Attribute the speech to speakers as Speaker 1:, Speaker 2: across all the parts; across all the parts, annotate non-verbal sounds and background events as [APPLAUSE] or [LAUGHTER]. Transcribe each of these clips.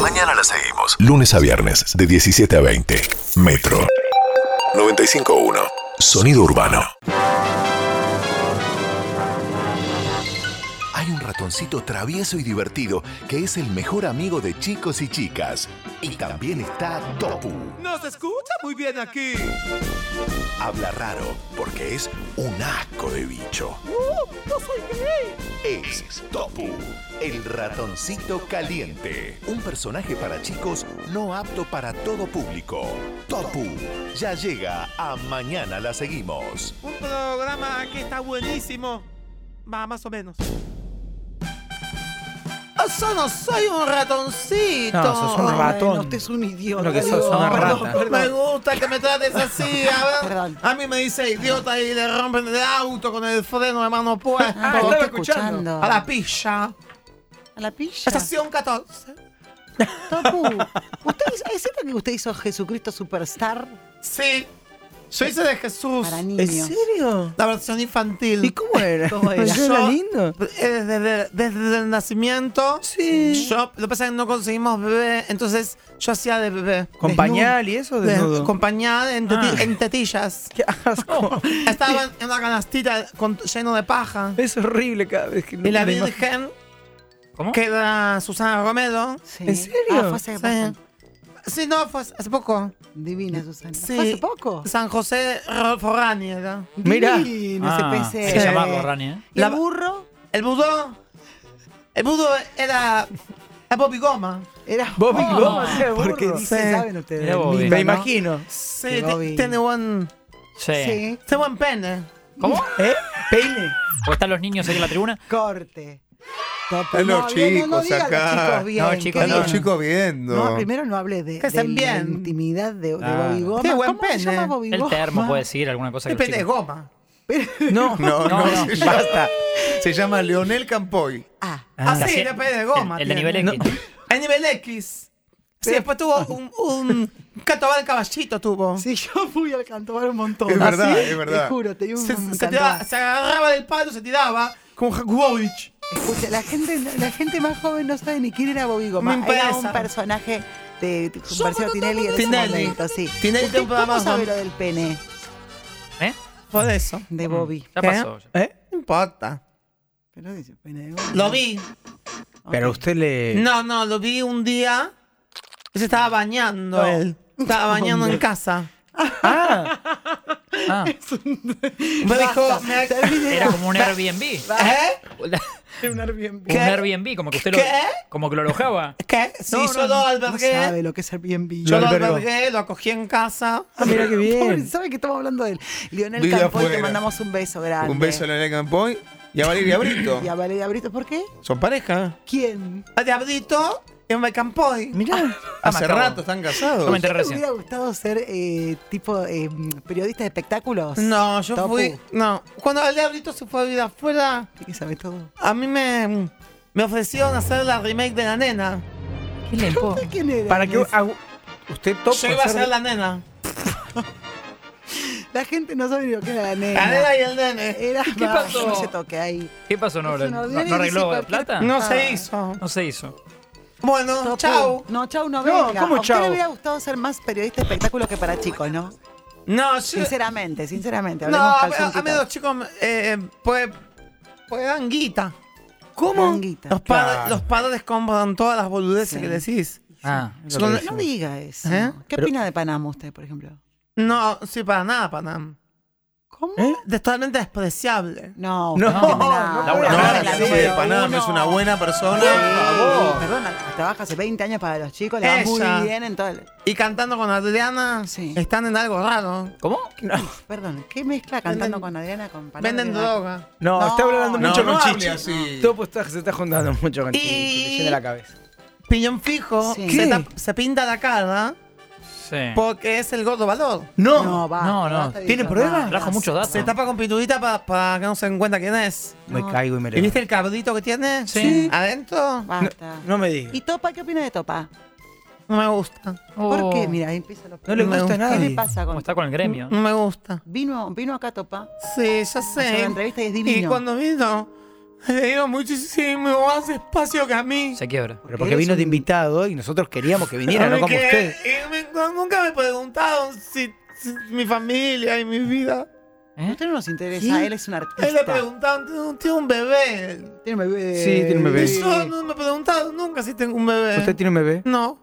Speaker 1: Mañana la seguimos. Lunes a viernes, de 17 a 20. Metro. 95.1. Sonido urbano. Hay un ratoncito travieso y divertido que es el mejor amigo de chicos y chicas. Y también está Topu.
Speaker 2: Nos escucha muy bien aquí.
Speaker 1: Habla raro porque es un asco de bicho.
Speaker 2: ¡No soy gay!
Speaker 1: es Topu, el ratoncito caliente. Un personaje para chicos no apto para todo público. Topu ya llega a Mañana la seguimos.
Speaker 2: Un programa que está buenísimo. Va, más o menos. Ah,
Speaker 3: Yo no soy un ratoncito.
Speaker 4: No, sos un
Speaker 3: Ay,
Speaker 4: ratón.
Speaker 3: no, usted es un idiota.
Speaker 4: Lo que sos,
Speaker 3: Ay,
Speaker 4: una
Speaker 3: perdón,
Speaker 4: rata.
Speaker 3: perdón.
Speaker 2: Me gusta que me trates así. A, ver,
Speaker 3: Perdón.
Speaker 2: a mí me dice idiota y le rompen el auto con el freno de mano
Speaker 3: Ah,
Speaker 4: estaba
Speaker 2: puesta.
Speaker 3: está
Speaker 4: escuchando.
Speaker 2: A la pilla.
Speaker 3: A la pilla.
Speaker 2: Estación 14.
Speaker 3: Topu, ¿usted hizo- ¿es cierto que usted hizo Jesucristo Superstar
Speaker 2: Sí. Yo hice de Jesús.
Speaker 3: para
Speaker 4: ¿En
Speaker 3: niños?
Speaker 4: serio?
Speaker 2: La versión infantil.
Speaker 4: ¿Y cómo era?
Speaker 3: ¿Cómo era?
Speaker 4: ¿Eso era
Speaker 2: Yo-
Speaker 4: lindo?
Speaker 2: Eh, Desde, desde el nacimiento.
Speaker 4: Sí.
Speaker 2: Yo, lo que pasa es que no conseguimos bebé, entonces yo hacía de bebé.
Speaker 4: ¿Con
Speaker 2: Desnudo.
Speaker 4: pañal y eso?
Speaker 2: De-
Speaker 4: Desnudo. Ah.
Speaker 2: con [LAUGHS] pañal en, teti- en tetillas.
Speaker 4: ¡Qué asco!
Speaker 2: Estaba en una canastita con, lleno de paja.
Speaker 4: [LAUGHS] Es horrible cada vez que...
Speaker 2: Y la
Speaker 4: me imag-
Speaker 2: Virgen,
Speaker 4: ¿Cómo?
Speaker 2: que era Susana Romero.
Speaker 3: Sí.
Speaker 4: ¿En serio?
Speaker 3: Ah, fue hace
Speaker 2: Sí.
Speaker 3: bastante.
Speaker 2: Sí, no, fue hace hace poco.
Speaker 3: Divina, Susana.
Speaker 2: Sí.
Speaker 3: ¿Fue hace poco?
Speaker 2: San José Rodolfo Rani era.
Speaker 4: Mira.
Speaker 3: Divina,
Speaker 5: Ah,
Speaker 3: ese
Speaker 5: Se
Speaker 3: PC.
Speaker 5: llama Gorrani, ¿eh?
Speaker 3: ¿Y
Speaker 2: La-
Speaker 3: el burro?
Speaker 2: El budo. El budo era. Era Bobby Goma.
Speaker 3: Era
Speaker 4: Bobby
Speaker 3: Oh,
Speaker 4: Gómez, era burro.
Speaker 3: Porque
Speaker 2: Sí.
Speaker 3: sí, saben ustedes.
Speaker 5: Era Bobby.
Speaker 3: lindo,
Speaker 4: Me
Speaker 3: ¿no?
Speaker 4: imagino.
Speaker 2: Sí,
Speaker 3: Que
Speaker 2: te-
Speaker 3: Bobby-
Speaker 2: tiene buen.
Speaker 5: Sí.
Speaker 3: Sí.
Speaker 2: Tiene buen pene.
Speaker 5: ¿Cómo?
Speaker 4: ¿Eh? Peine.
Speaker 5: ¿O están los niños ahí en la tribuna?
Speaker 3: Corte. Topu,
Speaker 6: Están los
Speaker 3: bien,
Speaker 6: Eh, chicos
Speaker 3: diga
Speaker 6: acá.
Speaker 3: Los chicos bien,
Speaker 5: No,
Speaker 3: ¿qué
Speaker 5: chicos,
Speaker 6: Están los
Speaker 3: bien?
Speaker 6: chicos viendo.
Speaker 3: No, primero no hable de,
Speaker 2: Que
Speaker 3: de
Speaker 2: estén
Speaker 3: la
Speaker 2: bien.
Speaker 3: intimidad de, de
Speaker 5: Ah.
Speaker 3: Bobby Goma.
Speaker 2: Qué buen
Speaker 3: ¿Cómo se
Speaker 2: pene.
Speaker 3: llama Bobby
Speaker 5: El
Speaker 3: Goma?
Speaker 5: termo pues. puede decir alguna cosa. que
Speaker 2: El
Speaker 5: los
Speaker 2: pene de
Speaker 5: chicos-
Speaker 2: goma.
Speaker 4: No.
Speaker 5: No,
Speaker 6: no, no,
Speaker 5: no.
Speaker 6: se llama- basta. Se llama Leonel Campoy.
Speaker 3: Ah,
Speaker 2: Ah,
Speaker 5: Así-
Speaker 2: sí, era pene de goma.
Speaker 5: El, el de
Speaker 2: tiene.
Speaker 5: nivel X.
Speaker 2: A nivel X. Sí, después tuvo un, un catobar caballito, tuvo.
Speaker 3: [LAUGHS] sí, yo fui al cantobar un montón.
Speaker 6: Es
Speaker 3: ¿Ah,
Speaker 6: verdad,
Speaker 3: sí?
Speaker 6: es verdad.
Speaker 3: Te juro, te di un
Speaker 2: Se,
Speaker 3: un
Speaker 2: se tiraba-
Speaker 3: cantobar.
Speaker 2: se agarraba del palo, se tiraba como Jakubowicz.
Speaker 3: Escucha, la gente, la gente más joven no sabe ni quién era Bobby Goma.
Speaker 2: Me
Speaker 3: era
Speaker 2: interesa.
Speaker 3: un personaje de Marcelo Tinelli en ese
Speaker 2: Tinelli.
Speaker 3: momento, sí.
Speaker 2: Tinelli
Speaker 3: ¿Usted
Speaker 2: tiene un
Speaker 3: ¿Cómo
Speaker 2: programa
Speaker 3: sabe
Speaker 2: con-
Speaker 3: lo del pene
Speaker 5: ¿Eh?
Speaker 2: Por eso.
Speaker 3: de Bobby?
Speaker 5: Ya
Speaker 2: ¿Qué?
Speaker 5: pasó. ya.
Speaker 4: ¿Eh?
Speaker 2: No importa.
Speaker 3: Pero dice pene de Bobby.
Speaker 2: Lo vi.
Speaker 4: Pero usted le...
Speaker 2: No, no, lo vi un día. Se estaba bañando él. Estaba bañando en casa.
Speaker 5: Ah,
Speaker 2: Me dijo, "¿Eh?". me-
Speaker 3: Termine-
Speaker 5: era como un Airbnb. [LAUGHS]
Speaker 2: ¿eh?
Speaker 5: Un Airbnb, como que usted lo,
Speaker 2: ¿Qué?
Speaker 5: como que lo alojaba.
Speaker 2: ¿Qué? Sí,
Speaker 4: No,
Speaker 2: yo
Speaker 4: no,
Speaker 2: lo
Speaker 3: No
Speaker 2: albergué.
Speaker 3: sabe lo que es Airbnb.
Speaker 2: Yo lo
Speaker 4: albergó.
Speaker 2: albergué, lo acogí en casa.
Speaker 4: Ah, mira qué
Speaker 3: Pobre,
Speaker 4: bien.
Speaker 3: sabe que estamos hablando de él. Lionel
Speaker 6: Vida
Speaker 3: Campoy, te
Speaker 6: afuera.
Speaker 3: mandamos un beso grande.
Speaker 6: Un beso a Leonel Campoy y
Speaker 2: [LAUGHS]
Speaker 6: a Valeria Brito.
Speaker 3: Y a Valeria Brito, ¿por qué?
Speaker 6: Son pareja.
Speaker 3: ¿Quién?
Speaker 2: De abrito y un Campoy.
Speaker 4: Mirá.
Speaker 2: Ah,
Speaker 6: Hace
Speaker 5: macabro.
Speaker 6: rato están
Speaker 5: Yo me
Speaker 6: casados.
Speaker 5: enteré
Speaker 3: ¿Te
Speaker 5: recién.
Speaker 3: hubiera gustado ser eh, tipo eh, periodista de espectáculos?
Speaker 2: No, yo
Speaker 3: Topu.
Speaker 2: fui. No. Cuando el abrito se fue a vivir afuera,
Speaker 3: ¿Qué sabe todo?
Speaker 2: a mí me, me ofrecieron hacer la remake de la nena.
Speaker 5: ¿Qué le empó?
Speaker 3: ¿Quién era?
Speaker 4: Para que...
Speaker 3: Inés?
Speaker 4: agu- Usted topa
Speaker 2: Yo iba a
Speaker 4: hacer-
Speaker 2: ser la nena.
Speaker 3: La gente no sabe ni lo que era la
Speaker 2: La
Speaker 3: nena.
Speaker 2: nena y el nene.
Speaker 3: Era
Speaker 5: ¿Qué
Speaker 3: más,
Speaker 5: pasó?
Speaker 3: No se toque ahí.
Speaker 5: ¿Qué pasó? ¿No,
Speaker 3: Es
Speaker 5: no,
Speaker 3: una
Speaker 5: no-
Speaker 3: ordinaria
Speaker 5: no
Speaker 3: dice
Speaker 5: arregló la
Speaker 3: cualquier-
Speaker 5: plata?
Speaker 2: No
Speaker 3: Ah.
Speaker 2: se hizo.
Speaker 5: No se hizo.
Speaker 2: Bueno,
Speaker 3: Topo.
Speaker 2: chau.
Speaker 3: No, chau, no
Speaker 4: No,
Speaker 3: venga.
Speaker 4: ¿cómo
Speaker 3: ¿A usted le
Speaker 4: chau?
Speaker 3: hubiera gustado ser más periodista de espectáculos que para chicos, ¿no?
Speaker 2: No, yo,
Speaker 3: Sinceramente, sinceramente.
Speaker 2: no
Speaker 3: hablemos
Speaker 2: a,
Speaker 3: calzón
Speaker 2: a- a mí
Speaker 3: quitado.
Speaker 2: los chicos eh, pues, pues dan guita.
Speaker 3: Dan guita.
Speaker 2: Los, padres-
Speaker 4: Claro.
Speaker 2: los padres compran todas las boludeces
Speaker 3: Sí.
Speaker 2: que decís.
Speaker 5: Ah,
Speaker 2: Yo no-
Speaker 3: No diga eso.
Speaker 2: ¿Eh?
Speaker 3: ¿Qué
Speaker 4: Pero-
Speaker 3: opina de Panamá usted, por ejemplo?
Speaker 2: No, sí, para nada, Panam.
Speaker 3: ¿Cómo?
Speaker 4: ¿Eh?
Speaker 2: Es Totalmente despreciable.
Speaker 3: No,
Speaker 4: No,
Speaker 3: usted tiene
Speaker 4: no,
Speaker 3: nada.
Speaker 4: no,
Speaker 3: Ahora,
Speaker 4: no,
Speaker 3: ahora
Speaker 4: no,
Speaker 3: la
Speaker 4: sí,
Speaker 3: número
Speaker 4: de
Speaker 6: Panam
Speaker 3: uno.
Speaker 6: es una buena persona.
Speaker 3: Sí,
Speaker 4: favor.
Speaker 3: Perdona, trabaja hace 20 años para los chicos, le va
Speaker 2: Ella.
Speaker 3: muy bien en todo el...
Speaker 2: Y cantando con Adriana,
Speaker 3: Sí.
Speaker 2: están en algo raro.
Speaker 5: ¿Cómo?
Speaker 3: Perdón, ¿qué mezcla cantando
Speaker 2: Venden-
Speaker 3: con Adriana con Panamá?
Speaker 2: Venden droga.
Speaker 4: No,
Speaker 3: No,
Speaker 4: está hablando
Speaker 3: no,
Speaker 4: mucho
Speaker 6: no
Speaker 4: con
Speaker 6: hable
Speaker 4: Chichi.
Speaker 6: así.
Speaker 4: Topo está- se está juntando mucho con Chichi. se le llena la cabeza.
Speaker 2: Piñón fijo,
Speaker 3: Sí.
Speaker 2: se,
Speaker 4: ¿Qué?
Speaker 2: tap- se pinta la cara
Speaker 5: Sí.
Speaker 2: porque es el gordo valor.
Speaker 4: No.
Speaker 3: No, va.
Speaker 5: No, no.
Speaker 4: ¿Tiene pruebas?
Speaker 5: Trajo muchos datos.
Speaker 2: Se tapa con pinturita para que no se den cuenta quién es.
Speaker 4: Me
Speaker 3: No.
Speaker 4: caigo y me
Speaker 2: ¿Y viste
Speaker 4: levanto.
Speaker 2: el cabrito que tiene?
Speaker 5: Sí.
Speaker 2: ¿Adentro?
Speaker 3: Basta.
Speaker 4: No me diga.
Speaker 3: ¿Y Topa? ¿Qué opina de Topa?
Speaker 2: No me gusta.
Speaker 3: ¿Por
Speaker 5: Oh,
Speaker 3: qué? Mira, ahí empiezan los
Speaker 4: No le
Speaker 3: problemas.
Speaker 4: gusta a
Speaker 3: ¿Qué
Speaker 4: nadie.
Speaker 3: le pasa
Speaker 5: ¿Cómo
Speaker 3: con
Speaker 5: está con el gremio?
Speaker 2: Mm. No me gusta.
Speaker 3: Vino, vino acá Topa,
Speaker 2: Sí, ya
Speaker 3: hizo una
Speaker 2: sé.
Speaker 3: entrevista y es
Speaker 2: Y
Speaker 3: divino.
Speaker 2: cuando vino, Le dio muchísimo más espacio que a mí.
Speaker 5: Se quiebra.
Speaker 4: Pero porque vino de invitado y nosotros queríamos que viniera, no
Speaker 2: Porque,
Speaker 4: como usted.
Speaker 2: eh, me- no- nunca me preguntaron si, si mi familia y mi vida.
Speaker 3: A usted no nos interesa, él es un
Speaker 2: Él le
Speaker 3: artista.
Speaker 2: preguntaban, tiene un- tiene un bebé.
Speaker 4: Tiene un bebé. Sí, tiene un bebé.
Speaker 2: Y yo no me preguntaron nunca si tengo un bebé.
Speaker 4: ¿Usted tiene un bebé?
Speaker 2: No.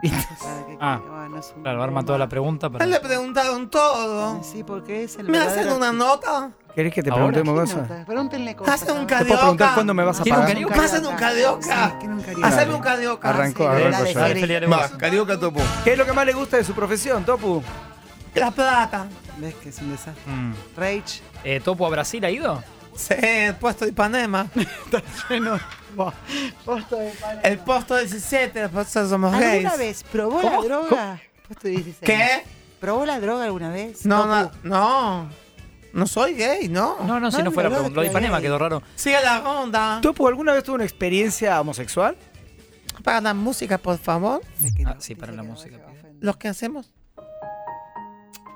Speaker 3: Claro, que-
Speaker 5: Ah,
Speaker 3: bueno, es un
Speaker 5: Claro, arma
Speaker 3: problema.
Speaker 5: toda la pregunta
Speaker 2: A
Speaker 5: para.
Speaker 2: él le preguntaron todo.
Speaker 3: Sí, porque es el
Speaker 2: Me hacen
Speaker 3: verdadero
Speaker 2: una
Speaker 3: artista.
Speaker 2: nota.
Speaker 4: ¿Querés que te
Speaker 5: Ahora.
Speaker 4: preguntemos
Speaker 3: ¿Qué
Speaker 4: cosas?
Speaker 3: nota? pues, Pregúntenle
Speaker 2: Me
Speaker 3: cosas.
Speaker 2: hacen un
Speaker 3: ¿no?
Speaker 4: ¿Te
Speaker 2: carioca.
Speaker 4: puedo preguntar cuándo me vas a
Speaker 5: ¿Quiere un
Speaker 4: pagar?
Speaker 5: carioca?
Speaker 2: Me hacen un carioca.
Speaker 3: Sí, quiero un carioca.
Speaker 2: Hacerme un carioca.
Speaker 4: Arrancó,
Speaker 2: Sí,
Speaker 4: arrancó
Speaker 2: dale,
Speaker 4: ya.
Speaker 2: dale.
Speaker 5: Feliz
Speaker 6: Va, Carioca Topo.
Speaker 4: ¿Qué es lo que más le gusta de su profesión, Topu?
Speaker 2: La plata.
Speaker 3: ¿Ves que es un desastre?
Speaker 5: Mm.
Speaker 3: Rage.
Speaker 5: Eh, ¿Topo a Brasil ha ido?
Speaker 2: Sí, el puesto de Ipanema.
Speaker 3: Posto de palo.
Speaker 2: El puesto 17, el puesto de Somos
Speaker 3: ¿Alguna
Speaker 2: Gays.
Speaker 3: vez probó la droga? Posto 16.
Speaker 2: ¿Qué?
Speaker 3: ¿Probó la droga alguna vez?
Speaker 2: No,
Speaker 3: Topu?
Speaker 2: no, no. No soy gay, no.
Speaker 5: No, no, si
Speaker 3: No,
Speaker 5: no
Speaker 3: no,
Speaker 5: fuera
Speaker 3: no,
Speaker 5: pregunta. Lo de
Speaker 3: todavía
Speaker 5: Ipanema
Speaker 3: hay.
Speaker 5: quedó raro.
Speaker 2: Sigue la ronda.
Speaker 4: ¿Topu alguna vez tuvo una experiencia homosexual?
Speaker 2: Para la música, por favor.
Speaker 3: Es que
Speaker 5: Ah,
Speaker 3: no,
Speaker 5: sí, para
Speaker 3: dice
Speaker 5: la
Speaker 3: que no, se
Speaker 5: música,
Speaker 3: va a
Speaker 5: pide.
Speaker 3: ofender.
Speaker 2: Los que hacemos.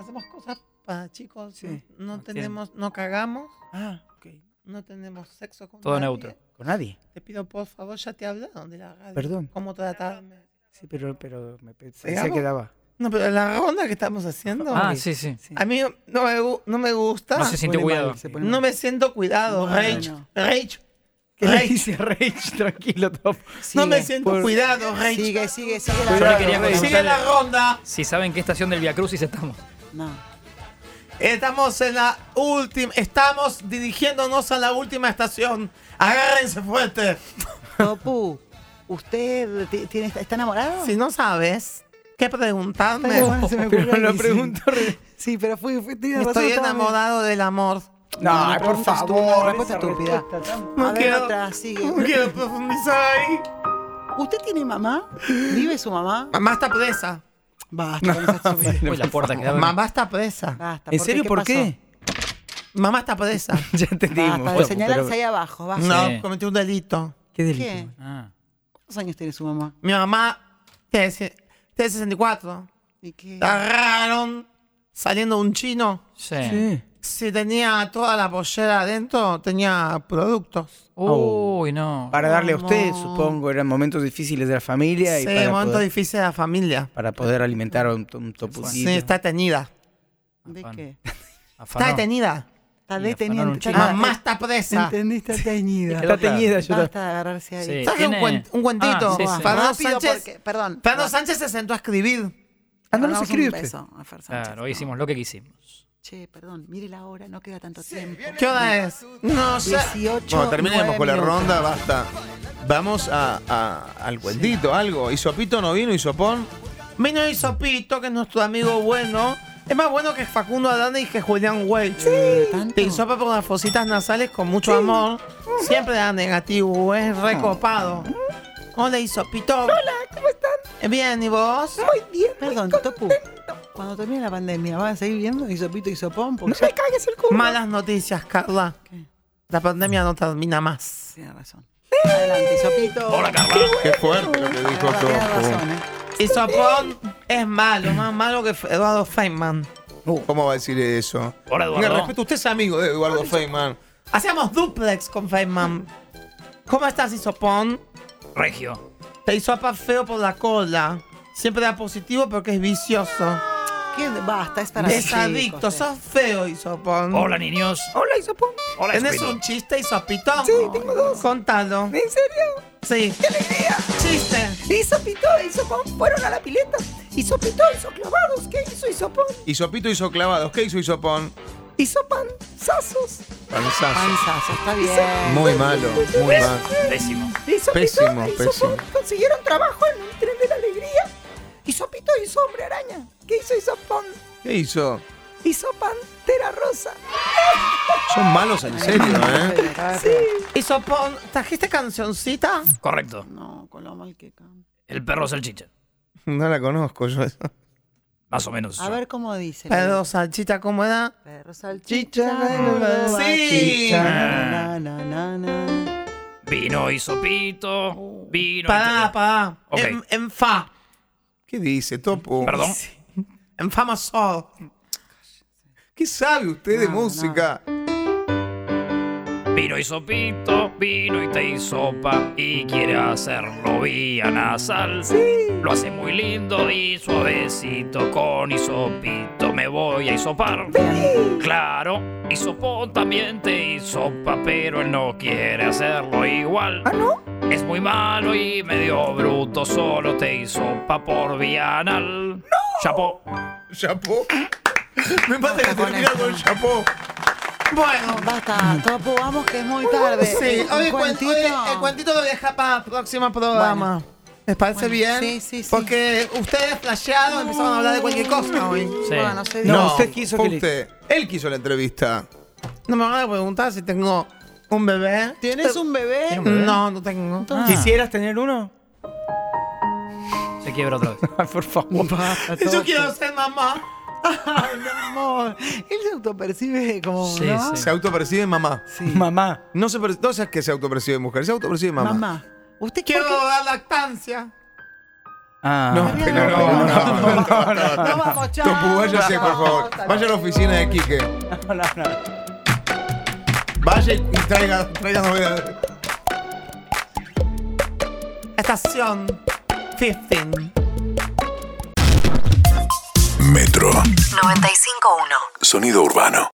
Speaker 2: Hacemos cosas para chicos.
Speaker 4: Sí.
Speaker 2: No,
Speaker 5: No
Speaker 2: tenemos, no cagamos,
Speaker 4: Ah, ok.
Speaker 2: no tenemos sexo con
Speaker 5: Todo
Speaker 2: nadie.
Speaker 5: neutro.
Speaker 4: ¿Con nadie?
Speaker 2: Te pido, por favor, ya te hablaron de la radio.
Speaker 4: Perdón.
Speaker 2: ¿Cómo tratarme?
Speaker 4: Sí, pero, pero me pe- pensé
Speaker 2: ¿Sigamos?
Speaker 4: que daba.
Speaker 2: No, pero la ronda que estamos haciendo.
Speaker 5: Ah,
Speaker 3: [LAUGHS]
Speaker 5: sí, sí.
Speaker 4: Sí.
Speaker 2: A mí no me, gu- no me gusta.
Speaker 5: No se siente
Speaker 4: Pone
Speaker 5: cuidado.
Speaker 4: mal, se pone
Speaker 2: No
Speaker 4: mal.
Speaker 2: me siento cuidado,
Speaker 3: Bueno.
Speaker 2: Rage. Rage.
Speaker 4: ¿Qué le
Speaker 2: Rage.
Speaker 4: dice Rage? Tranquilo, Topu.
Speaker 2: No me
Speaker 3: Sigue.
Speaker 2: siento
Speaker 4: Por-
Speaker 2: cuidado, Rage.
Speaker 3: Sigue, sigue, sigue la
Speaker 5: Yo
Speaker 4: Cuidado,
Speaker 5: le
Speaker 3: droga.
Speaker 5: quería
Speaker 4: Rage.
Speaker 2: Sigue la
Speaker 5: preguntar
Speaker 2: ronda.
Speaker 5: si saben qué estación del Via Crucis estamos.
Speaker 3: No.
Speaker 2: Estamos en la última. Estamos dirigiéndonos a la última estación. Agárrense fuerte.
Speaker 3: Topu, ¿usted ti- tiene, está enamorado?
Speaker 2: Si no sabes qué preguntarme, [LAUGHS]
Speaker 3: Perdón, se me ocurrió
Speaker 4: pero lo
Speaker 3: ahí, sí.
Speaker 4: pregunto re-
Speaker 3: Sí, pero fui, fui tiene razón,
Speaker 2: estoy
Speaker 3: estaba-
Speaker 2: enamorado del amor.
Speaker 4: No,
Speaker 3: Una
Speaker 4: por
Speaker 3: pregunta estúpida, una
Speaker 4: favor.
Speaker 3: respuesta
Speaker 4: esa
Speaker 3: estúpida.
Speaker 4: respuesta tan-
Speaker 3: A
Speaker 2: No
Speaker 3: ver,
Speaker 2: quiero-
Speaker 3: otra, sigue.
Speaker 2: No quiero profundizar ahí.
Speaker 3: ¿Usted tiene mamá? ¿Vive su mamá?
Speaker 2: Mamá está presa.
Speaker 3: Basta, con esas estupideces.
Speaker 5: Uy, la puerta que daba. [LAUGHS]
Speaker 2: Mamá está presa.
Speaker 3: Basta,
Speaker 4: ¿En serio por qué?
Speaker 2: Mamá está presa.
Speaker 3: pasó?
Speaker 4: Ya entendimos.
Speaker 3: Basta de
Speaker 4: Topu,
Speaker 3: señalarse
Speaker 4: pero-
Speaker 3: ahí abajo, basta.
Speaker 2: No,
Speaker 5: Sí.
Speaker 2: cometí un delito.
Speaker 3: ¿Qué?
Speaker 4: ¿Qué delito?
Speaker 5: Ah.
Speaker 3: ¿Cuántos años tiene su mamá?
Speaker 2: Mi mamá tiene se- tiene 64.
Speaker 3: ¿Y qué?
Speaker 2: La agarraron saliendo un chino.
Speaker 5: Sí.
Speaker 4: Sí.
Speaker 2: Si tenía toda la pollera adentro, tenía productos.
Speaker 5: Uy, no.
Speaker 4: Para darle a usted,
Speaker 3: Vamos.
Speaker 4: supongo, eran momentos difíciles de la familia
Speaker 2: Sí,
Speaker 4: y para,
Speaker 2: momento
Speaker 4: poder,
Speaker 2: difícil de la familia.
Speaker 4: para poder alimentar a un, un topucito.
Speaker 2: Sí, está tenida.
Speaker 3: ¿De
Speaker 5: Afán.
Speaker 3: qué?
Speaker 5: Afanó.
Speaker 2: Está detenida.
Speaker 3: Está
Speaker 5: Y
Speaker 3: detenida.
Speaker 5: afanaron un
Speaker 3: está-
Speaker 5: chico.
Speaker 2: Mamá está presa.
Speaker 3: ¿Entendiste? Está teñida.
Speaker 4: Está teñida, yo
Speaker 3: Basta de agarrarse ahí.
Speaker 5: Sí.
Speaker 2: ¿Sabes un,
Speaker 5: Tiene-
Speaker 2: cuen- un cuentito?
Speaker 5: Ah, sí, sí.
Speaker 2: Fernando
Speaker 3: Rápido,
Speaker 2: Sánchez.
Speaker 3: porque- perdón.
Speaker 2: Fernando Sánchez se sentó a escribir.
Speaker 4: Ah, no
Speaker 3: Mandamos
Speaker 4: nos
Speaker 3: un
Speaker 4: escribe usted.
Speaker 3: beso a Fer Sánchez,
Speaker 5: Claro,
Speaker 3: no.
Speaker 5: hoy hicimos lo que quisimos.
Speaker 3: Che, perdón, mire la hora, no queda tanto tiempo.
Speaker 2: ¿Qué hora es? No sé.
Speaker 3: 18.
Speaker 6: Bueno, terminemos
Speaker 3: nueve
Speaker 6: con la
Speaker 3: minutos.
Speaker 6: ronda, basta. Vamos a, a- al cuentito, algo. Isopito no vino, Isopón.
Speaker 2: Vino y Sopito, que es nuestro amigo bueno. Es más bueno que Facundo Adana y que Julián Welch.
Speaker 3: ¿Tanto?
Speaker 2: Te hisopa por las fositas nasales con mucho amor. Siempre da negativo, es recopado. Hola, Isopito. Mm. Hola, ¿cómo están? Bien, ¿y vos?
Speaker 3: Perdón, Topu. Cuando termine la pandemia, ¿van a seguir viendo Isopito y Sopón? Porque ya
Speaker 2: Malas noticias, Carla. La pandemia no termina más.
Speaker 3: tiene razón. Adelante, Isopito. Hola,
Speaker 6: Qué fuerte lo que dijo
Speaker 3: razón,
Speaker 6: todo.
Speaker 3: ¿eh?
Speaker 2: Isopón es malo, más malo que Eduardo Feynman.
Speaker 6: ¿Cómo va a decir eso?
Speaker 5: Hola, Eduardo.
Speaker 6: Venga, respeto, usted es amigo de Eduardo Feynman.
Speaker 2: Hacíamos duplex con Feynman. ¿Cómo estás, Isopón?
Speaker 5: Regio.
Speaker 2: Te hisopa feo por la cola. Siempre da positivo porque es vicioso.
Speaker 3: ¿Qué? Basta, es para
Speaker 2: Es
Speaker 3: chicos,
Speaker 2: adicto,
Speaker 3: eh.
Speaker 2: sos feo, Isopón.
Speaker 5: Hola, niños. Hola, Isopón. Hola,
Speaker 2: ¿Tienes
Speaker 5: Isopito.
Speaker 2: un chiste, Isopitón? Sí, tengo dos. Contalo. ¿En serio? Sí. ¡Qué alegría! ¡Chiste!
Speaker 6: Isopito hizo clavados. ¿Qué hizo Isopón? Hizo panzazos. Panzazos.
Speaker 3: Panzazo, está bien.
Speaker 6: Muy malo, muy malo.
Speaker 5: Pésimo.
Speaker 6: Pésimo, pésimo.
Speaker 7: Isopito hizo hombre araña. ¿Qué hizo Isopón?
Speaker 6: ¿Qué hizo?
Speaker 7: Hizo pantera rosa.
Speaker 6: Son malos en serio, ¿eh?
Speaker 3: Sí.
Speaker 2: Isopón, ¿trajiste cancioncita?
Speaker 5: Correcto.
Speaker 3: eh. No, con lo mal que canta.
Speaker 5: El perro salchicha.
Speaker 6: No la conozco yo. esa.
Speaker 5: Más o menos.
Speaker 3: A ver cómo dice.
Speaker 2: Pero salchita, ¿cómo era?
Speaker 3: Perro
Speaker 2: Chicha,
Speaker 3: salchicha. gordo,
Speaker 2: sí.
Speaker 3: bachicha, na, na, na, na.
Speaker 5: Vino Isopito. Vino.
Speaker 2: Pará, pará.
Speaker 5: Ok.
Speaker 2: En, en fa.
Speaker 6: ¿Qué dice, Topo?
Speaker 5: Perdón.
Speaker 2: En fa más sol.
Speaker 6: ¿Qué sabe usted de
Speaker 3: No,
Speaker 6: música?
Speaker 5: Vino Isopito, vino y te sopa y quiere hacerlo vía nasal. Lo hace muy lindo y suavecito con Isopito me voy a hisopar. Claro, Isopón también te hisopa, pero él no quiere hacerlo igual.
Speaker 7: ¿Ah, no?
Speaker 5: Es muy malo y medio bruto, solo te hisopa por vía anal. Chapó.
Speaker 6: ¿Chapó?
Speaker 3: [LAUGHS]
Speaker 6: Me pasa que termina con chapó.
Speaker 2: Bueno, Uh,
Speaker 3: Basta, Topo, vamos que es muy tarde.
Speaker 2: sí,
Speaker 3: Un
Speaker 2: hoy el, cuen-
Speaker 3: cuentito.
Speaker 2: hoy el cuentito lo deja para el próximo programa. ¿Les parece
Speaker 3: Bueno,
Speaker 2: bien?
Speaker 3: sí, sí, sí.
Speaker 2: Porque ustedes flasheados empezaron a hablar de cualquier cosa hoy.
Speaker 5: Sí.
Speaker 3: Bueno, se
Speaker 4: No,
Speaker 3: dio.
Speaker 4: usted quiso
Speaker 6: fue
Speaker 4: que le-
Speaker 6: usted. Él quiso la entrevista.
Speaker 2: No me van a preguntar si tengo un bebé.
Speaker 3: ¿Tienes un bebé?
Speaker 2: No, no tengo.
Speaker 4: ¿Quisieras tener uno?
Speaker 5: Se quiebra otra vez.
Speaker 4: [LAUGHS] Por favor.
Speaker 2: Yo quiero ser mamá.
Speaker 3: Amor, él se autopercibe como.
Speaker 5: Sí,
Speaker 3: ¿no?
Speaker 5: sí.
Speaker 6: Se autopercibe mamá.
Speaker 4: Mamá.
Speaker 6: No se per- no seas que se autopercibe mujer, se autopercibe mamá.
Speaker 3: Mamá. ¿Usted
Speaker 2: Quiero
Speaker 3: por qué-
Speaker 2: dar lactancia.
Speaker 4: Ah.
Speaker 6: No, pero no, no, no, no, no, no.
Speaker 3: No, vamos, chao.
Speaker 6: Topu, váyase, por
Speaker 3: Chao,
Speaker 6: favor.
Speaker 3: hasta
Speaker 6: Vaya a la
Speaker 3: luego.
Speaker 6: oficina de Quique.
Speaker 4: [LAUGHS] no, no, no.
Speaker 6: Vaya y traiga, traiga novedades.
Speaker 2: Estación 15.
Speaker 1: Metro.
Speaker 8: 95.1.
Speaker 1: Sonido urbano.